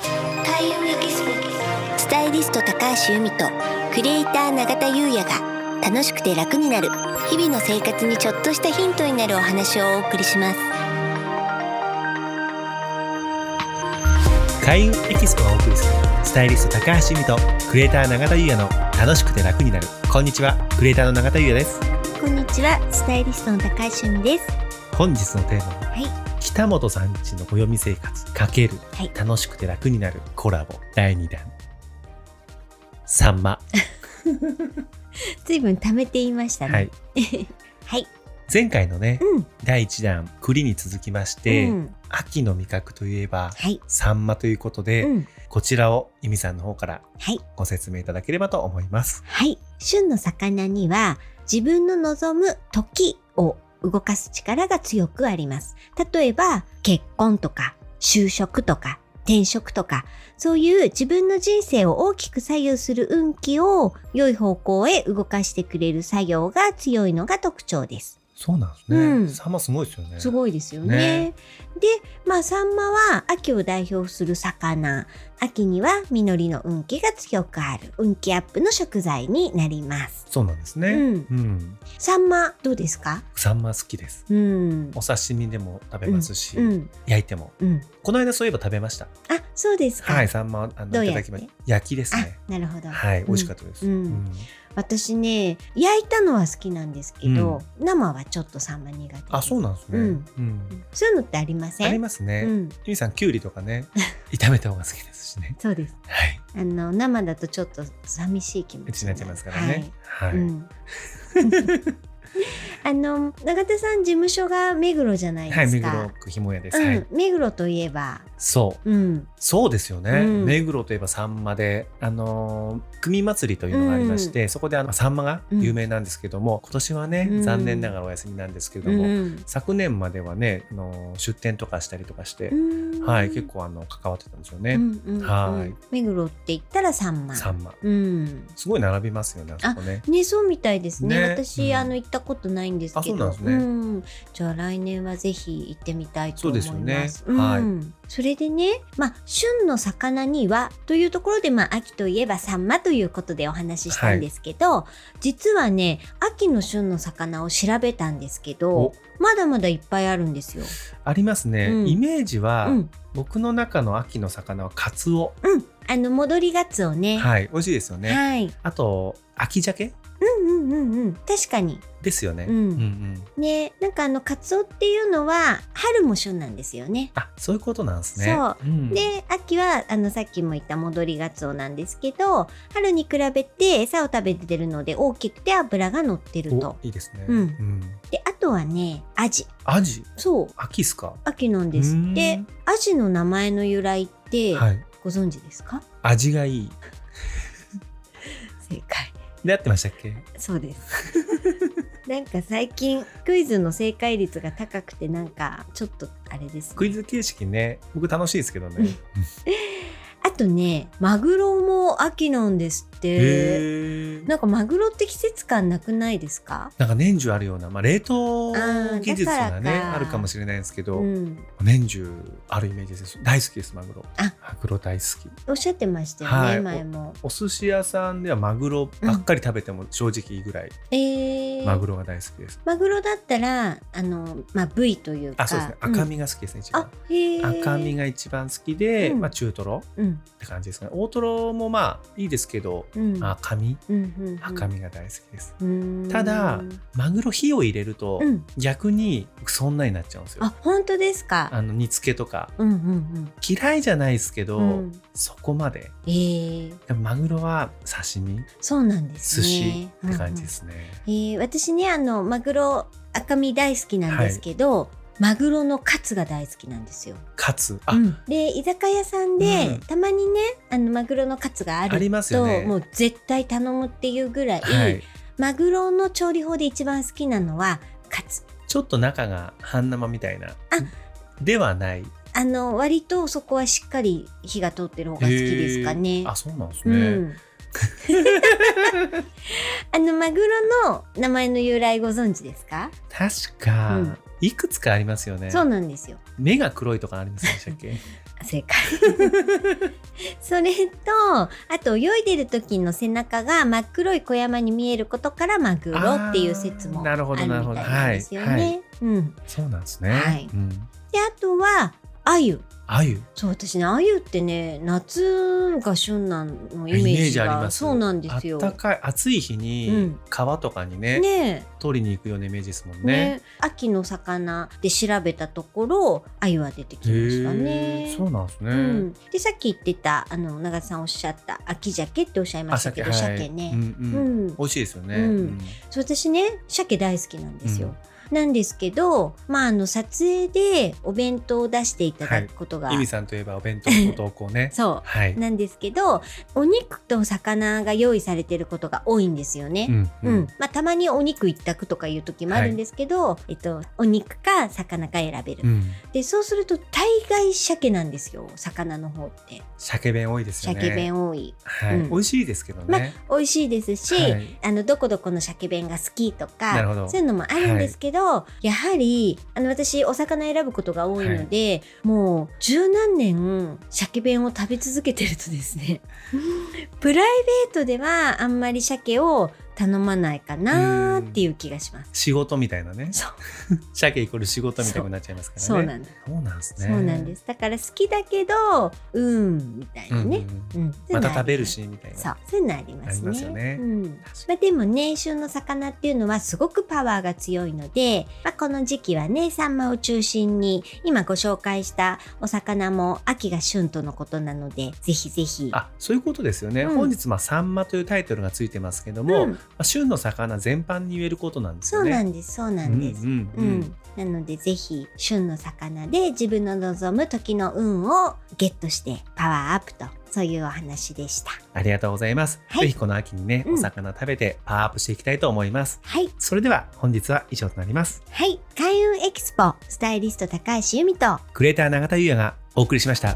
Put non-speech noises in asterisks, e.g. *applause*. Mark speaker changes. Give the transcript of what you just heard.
Speaker 1: 田優也ギススタイリスト高橋由美とクリエイター永田優也が楽しくて楽になる日々の生活にちょっとしたヒントになるお話をお送りします
Speaker 2: 開運エキスポがお送りするスタイリスト高橋由美とクリエイター永田優也の楽しくて楽になるこんにちはクリエイターの永田優也です
Speaker 1: こんにちはスタイリストの高橋由美 *laughs* です
Speaker 2: 本日のテーマは、
Speaker 1: はい
Speaker 2: 北本さんちの暦生活×
Speaker 1: はい
Speaker 2: 楽しくて楽になるコラボ第2弾サンマ、
Speaker 1: ずいぶん貯めていましたね
Speaker 2: はい、
Speaker 1: はい
Speaker 2: 前回のね
Speaker 1: うん
Speaker 2: 第1弾栗に続きまして、
Speaker 1: うん
Speaker 2: 秋の味覚といえば
Speaker 1: はい
Speaker 2: サンマということで、
Speaker 1: うん
Speaker 2: こちらを由美さんの方から
Speaker 1: はい
Speaker 2: ご説明いただければと思います
Speaker 1: はい。旬の魚には自分の望む時を動かす力が強くあります。例えば結婚とか就職とか転職とかそういう自分の人生を大きく左右する運気を良い方向へ動かしてくれる作業が強いのが特徴です。
Speaker 2: そうなんです
Speaker 1: ねうん
Speaker 2: サンマすごいですよね
Speaker 1: すごいですよね。
Speaker 2: ね
Speaker 1: で、まあ、サンマは秋を代表する魚。秋には実りの運気が強くある。運気アップの食材になります。
Speaker 2: そうなんですね。
Speaker 1: うん
Speaker 2: うん。
Speaker 1: サンマどうですか？
Speaker 2: サンマ好きです。
Speaker 1: うん。
Speaker 2: お刺身でも食べますし、
Speaker 1: うん
Speaker 2: 焼いても。
Speaker 1: うん。
Speaker 2: この間そういえば食べました。
Speaker 1: あ、そうですか。
Speaker 2: はい、サンマあ
Speaker 1: ど
Speaker 2: の
Speaker 1: う
Speaker 2: い
Speaker 1: や
Speaker 2: た
Speaker 1: って
Speaker 2: だきました。焼きです
Speaker 1: あ
Speaker 2: ね。、
Speaker 1: なるほど。
Speaker 2: はい、美味しかったです。
Speaker 1: うん私ね、焼いたのは好きなんですけど、生はちょっとサンマ苦手です。
Speaker 2: あ、そうなんですね。
Speaker 1: う
Speaker 2: うんん。
Speaker 1: そういうのってありません？
Speaker 2: ありますね。
Speaker 1: う
Speaker 2: ゆ
Speaker 1: ん。
Speaker 2: みさん、きゅうりと
Speaker 1: *laughs*
Speaker 2: かね、炒めた方が好きですしね。
Speaker 1: そうです。
Speaker 2: はい、
Speaker 1: あの生だとちょっと寂しい気持
Speaker 2: うち
Speaker 1: ち
Speaker 2: になっちゃいますからね。は
Speaker 1: は
Speaker 2: い。
Speaker 1: い。うん。 *laughs* あの永田さん事務所が目黒じゃない
Speaker 2: はい、
Speaker 1: です
Speaker 2: 目
Speaker 1: か。
Speaker 2: 黒区ひもやです、
Speaker 1: う
Speaker 2: は
Speaker 1: ん
Speaker 2: い。、
Speaker 1: 目黒といえば、
Speaker 2: そう。
Speaker 1: うん、
Speaker 2: そうですよね、
Speaker 1: うん
Speaker 2: 目黒といえばサンマで、あのー組祭りというのがありまして、そこであのサンマが有名なんですけども、今年はね、
Speaker 1: うん
Speaker 2: 残念ながらお休みなんですけど
Speaker 1: う
Speaker 2: も、
Speaker 1: ん、
Speaker 2: 昨年まではね、あのー出店とかしたりとかして、
Speaker 1: うん
Speaker 2: はい、結構あの関わってたんですよね、
Speaker 1: うんうんうん
Speaker 2: はい
Speaker 1: 目黒って言ったらサンマ。
Speaker 2: サンマ。
Speaker 1: うん。
Speaker 2: すごい並びますよね、あそこね。
Speaker 1: ね、そうみたいですね。
Speaker 2: ね
Speaker 1: 私、
Speaker 2: うん
Speaker 1: あの行ったことないんですけど。
Speaker 2: あそうなんですね
Speaker 1: んじゃあ来年はぜひ行ってみたいと
Speaker 2: そ
Speaker 1: 思
Speaker 2: う
Speaker 1: い
Speaker 2: で
Speaker 1: ます
Speaker 2: よ
Speaker 1: す。
Speaker 2: ね
Speaker 1: うん。それでね、まあ旬の魚にはというところで、まあ秋といえばサンマということでお話ししたんですけど、実はね、秋の旬の魚を調べたんですけど
Speaker 2: お、
Speaker 1: まだまだいっぱいあるんですよ。
Speaker 2: ありますね、
Speaker 1: うん
Speaker 2: イメージは、
Speaker 1: うん。
Speaker 2: 僕の中の秋の魚はカツオ、
Speaker 1: うん。あの戻りガツオね。
Speaker 2: はい、美味しいですよね。
Speaker 1: はい。
Speaker 2: あと秋鮭
Speaker 1: うんうんうんうん。確かに。
Speaker 2: ですよね。
Speaker 1: うん
Speaker 2: うんうん
Speaker 1: ね、なんかあのカツオっていうのは春も旬なんですよね。
Speaker 2: あ、そういうことなんですね。
Speaker 1: そう
Speaker 2: うん
Speaker 1: で秋はあのさっきも言った戻りガツオなんですけど春に比べて餌を食べてるので大きくて脂が乗ってる
Speaker 2: お
Speaker 1: と。
Speaker 2: いいですね。
Speaker 1: うん
Speaker 2: ん
Speaker 1: であとはねアジ
Speaker 2: アジ、
Speaker 1: そう
Speaker 2: 秋っすか。
Speaker 1: 秋なんですって
Speaker 2: う
Speaker 1: アジの名前の由来って
Speaker 2: はい。
Speaker 1: ご存知ですか、
Speaker 2: 味がいい。
Speaker 1: 正解
Speaker 2: で合ってましたっけ？
Speaker 1: そうです *laughs* なんか最近クイズの正解率が高くてなんかちょっとあれですね
Speaker 2: クイズ形式ね、僕楽しいですけどね。
Speaker 1: うんあとねマグロも秋なんですって
Speaker 2: へえ。
Speaker 1: なんかマグロって季節感なくないですか
Speaker 2: なんか年中あるような、まあ、冷凍
Speaker 1: ー
Speaker 2: 技術が
Speaker 1: だ
Speaker 2: ね
Speaker 1: からか
Speaker 2: あるかもしれないですけど、
Speaker 1: うん、
Speaker 2: 年中あるイメージです大好きですマグロ
Speaker 1: あ
Speaker 2: マグロ大好き
Speaker 1: おっしゃってましたよね、
Speaker 2: はい
Speaker 1: 前も。
Speaker 2: お寿司屋さんではマグロばっかり食べても正直いいぐらい、
Speaker 1: えー、
Speaker 2: マ
Speaker 1: マ
Speaker 2: グ
Speaker 1: グロ
Speaker 2: ロが大好きです、
Speaker 1: だったらあの、まあ、部位というか
Speaker 2: あそうですね
Speaker 1: うん
Speaker 2: 赤身が好きですね、一番
Speaker 1: あへえ
Speaker 2: 赤身が一番好きで、
Speaker 1: うん
Speaker 2: まあ、中トロ
Speaker 1: うん
Speaker 2: って感じですかね大トロもまあいいですけど、
Speaker 1: うん
Speaker 2: 赤身
Speaker 1: うんうんうん
Speaker 2: 赤身が大好きです、
Speaker 1: うーん
Speaker 2: ただマグロ火を入れると、
Speaker 1: うん
Speaker 2: 逆に僕そんなになっちゃうんですよ
Speaker 1: あ本当ですか
Speaker 2: あの煮付けとか
Speaker 1: うんうん
Speaker 2: 嫌いじゃないですけど、
Speaker 1: うんうん
Speaker 2: そこまで
Speaker 1: えー、
Speaker 2: でもマグロは刺身
Speaker 1: そうなんです
Speaker 2: 寿
Speaker 1: ね
Speaker 2: 司って感じで
Speaker 1: です、
Speaker 2: すね、
Speaker 1: うんうんえー、私ねあのマグロ赤身大好きなんですけど、マグロのカツが大好きなんですよ。
Speaker 2: カツあ、
Speaker 1: うんで居酒屋さんで、
Speaker 2: うん
Speaker 1: たまにねあのマグロのカツがある
Speaker 2: あります
Speaker 1: と
Speaker 2: よね
Speaker 1: もう絶対頼むっていうぐらい、
Speaker 2: はい
Speaker 1: マグロの調理法で一番好きなのはカツ
Speaker 2: ちょっと中が半生みたいなではない
Speaker 1: あの割とそこはしっかり火が通ってる方が好きですか
Speaker 2: へ
Speaker 1: ね
Speaker 2: ーあ。そうなんです
Speaker 1: う
Speaker 2: ね、
Speaker 1: ん *laughs* あのマグロの名前の由来ご存知ですか？
Speaker 2: 確か、
Speaker 1: うん
Speaker 2: いくつかありますよね。
Speaker 1: そうなんですよ。
Speaker 2: 目が黒いとかありませんでしたっけ
Speaker 1: 正解。それと、あと泳いでる時の背中が真っ黒い小山に見えることからマグロっていう説も
Speaker 2: あー
Speaker 1: あ
Speaker 2: なる
Speaker 1: る
Speaker 2: ほ
Speaker 1: みた
Speaker 2: ど
Speaker 1: い
Speaker 2: なるほど
Speaker 1: なんですよ
Speaker 2: はいは
Speaker 1: ね。うん。
Speaker 2: そうなんですね。
Speaker 1: はい
Speaker 2: うん。
Speaker 1: で、あとは、アユ。
Speaker 2: あゆ。
Speaker 1: そう私ね鮎ってね夏が旬なのイメ
Speaker 2: イメ
Speaker 1: ー
Speaker 2: ー
Speaker 1: ジ
Speaker 2: ジ
Speaker 1: が
Speaker 2: あります。
Speaker 1: そうなんですよ。
Speaker 2: あったかい、暑い日
Speaker 1: う
Speaker 2: に
Speaker 1: ん、
Speaker 2: 川とかに
Speaker 1: ね
Speaker 2: ね、
Speaker 1: ね
Speaker 2: 取りに行くようなイメージですもんね。
Speaker 1: ね秋の魚で調べたところ鮎は出てきましたね
Speaker 2: へ。そうなんですね。
Speaker 1: うん、でさっき言ってたあの永田さんおっしゃった秋鮭っておっしゃいましたけど
Speaker 2: あ
Speaker 1: 鮭
Speaker 2: はいうん
Speaker 1: ね、
Speaker 2: う。
Speaker 1: うんん
Speaker 2: 美味しいですよね。
Speaker 1: うん
Speaker 2: うん
Speaker 1: そう私ね鮭大好きなんですよ。なんですけど、まあ、あの撮影でお弁当を出していただくことが、
Speaker 2: イミさんといえばお弁当のご投稿ね。
Speaker 1: そう
Speaker 2: はい。
Speaker 1: なんですけどお肉と魚が用意されてることが多いんですよね。
Speaker 2: ん
Speaker 1: うん。まあ、たまにお肉一択とかいう時もあるんですけど、えっと、お肉か魚か選べる、
Speaker 2: うん
Speaker 1: でそうすると大概鮭なんですよ魚の方って
Speaker 2: 鮭弁多いですよね。
Speaker 1: 鮭弁多い、
Speaker 2: はい、
Speaker 1: うん
Speaker 2: 美味しいですけど
Speaker 1: ま
Speaker 2: ね。
Speaker 1: 美味しいですし、
Speaker 2: はい
Speaker 1: あのどこどこの鮭弁が好きと
Speaker 2: なるほど
Speaker 1: かそういうのもあるんですけど、やはりあの私お魚選ぶことが多いので、もう十何年鮭弁を食べ続けてるとです
Speaker 2: *laughs*
Speaker 1: ねプライベートではあんまり鮭を頼まないかなーっていう気がします。
Speaker 2: 仕事みたいなね。
Speaker 1: そう
Speaker 2: 鮭イコール仕事みたいになっちゃいますからね。
Speaker 1: そうなんだ、
Speaker 2: そうなんですね。。
Speaker 1: そうなんですすだから好きだけどうんみたいなね、うんそういうの
Speaker 2: また
Speaker 1: あり
Speaker 2: 食べるしみたい
Speaker 1: そ
Speaker 2: な。
Speaker 1: うそういうのありますね
Speaker 2: ありますよね
Speaker 1: うんまあ、でもね旬の魚っていうのはすごくパワーが強いので、まあ、この時期はねサンマを中心に今ご紹介したお魚も秋が旬とのことなのでぜひぜひ
Speaker 2: あ、そういうことですよね。
Speaker 1: うん
Speaker 2: 本日まあサンマというタイトルがついてますけども、
Speaker 1: う
Speaker 2: ま
Speaker 1: ん
Speaker 2: あ旬の魚全般に言えることなんです
Speaker 1: そ
Speaker 2: よ
Speaker 1: うな
Speaker 2: ね。
Speaker 1: んですそうなんです、
Speaker 2: うんう
Speaker 1: うん
Speaker 2: うん
Speaker 1: ん、なのでぜひ旬の魚で自分の望む時の運をゲットしてパワーアップとそういうお話でした。
Speaker 2: ありがとうございます。
Speaker 1: はい
Speaker 2: ぜひこの秋にね、
Speaker 1: うん
Speaker 2: お魚食べてパワーアップしていきたいと思います。
Speaker 1: はい、
Speaker 2: それでは本日は以上となります。
Speaker 1: はい、開運エキスポスタイリスト高橋由美と
Speaker 2: クレーター永田優也がお送りしました。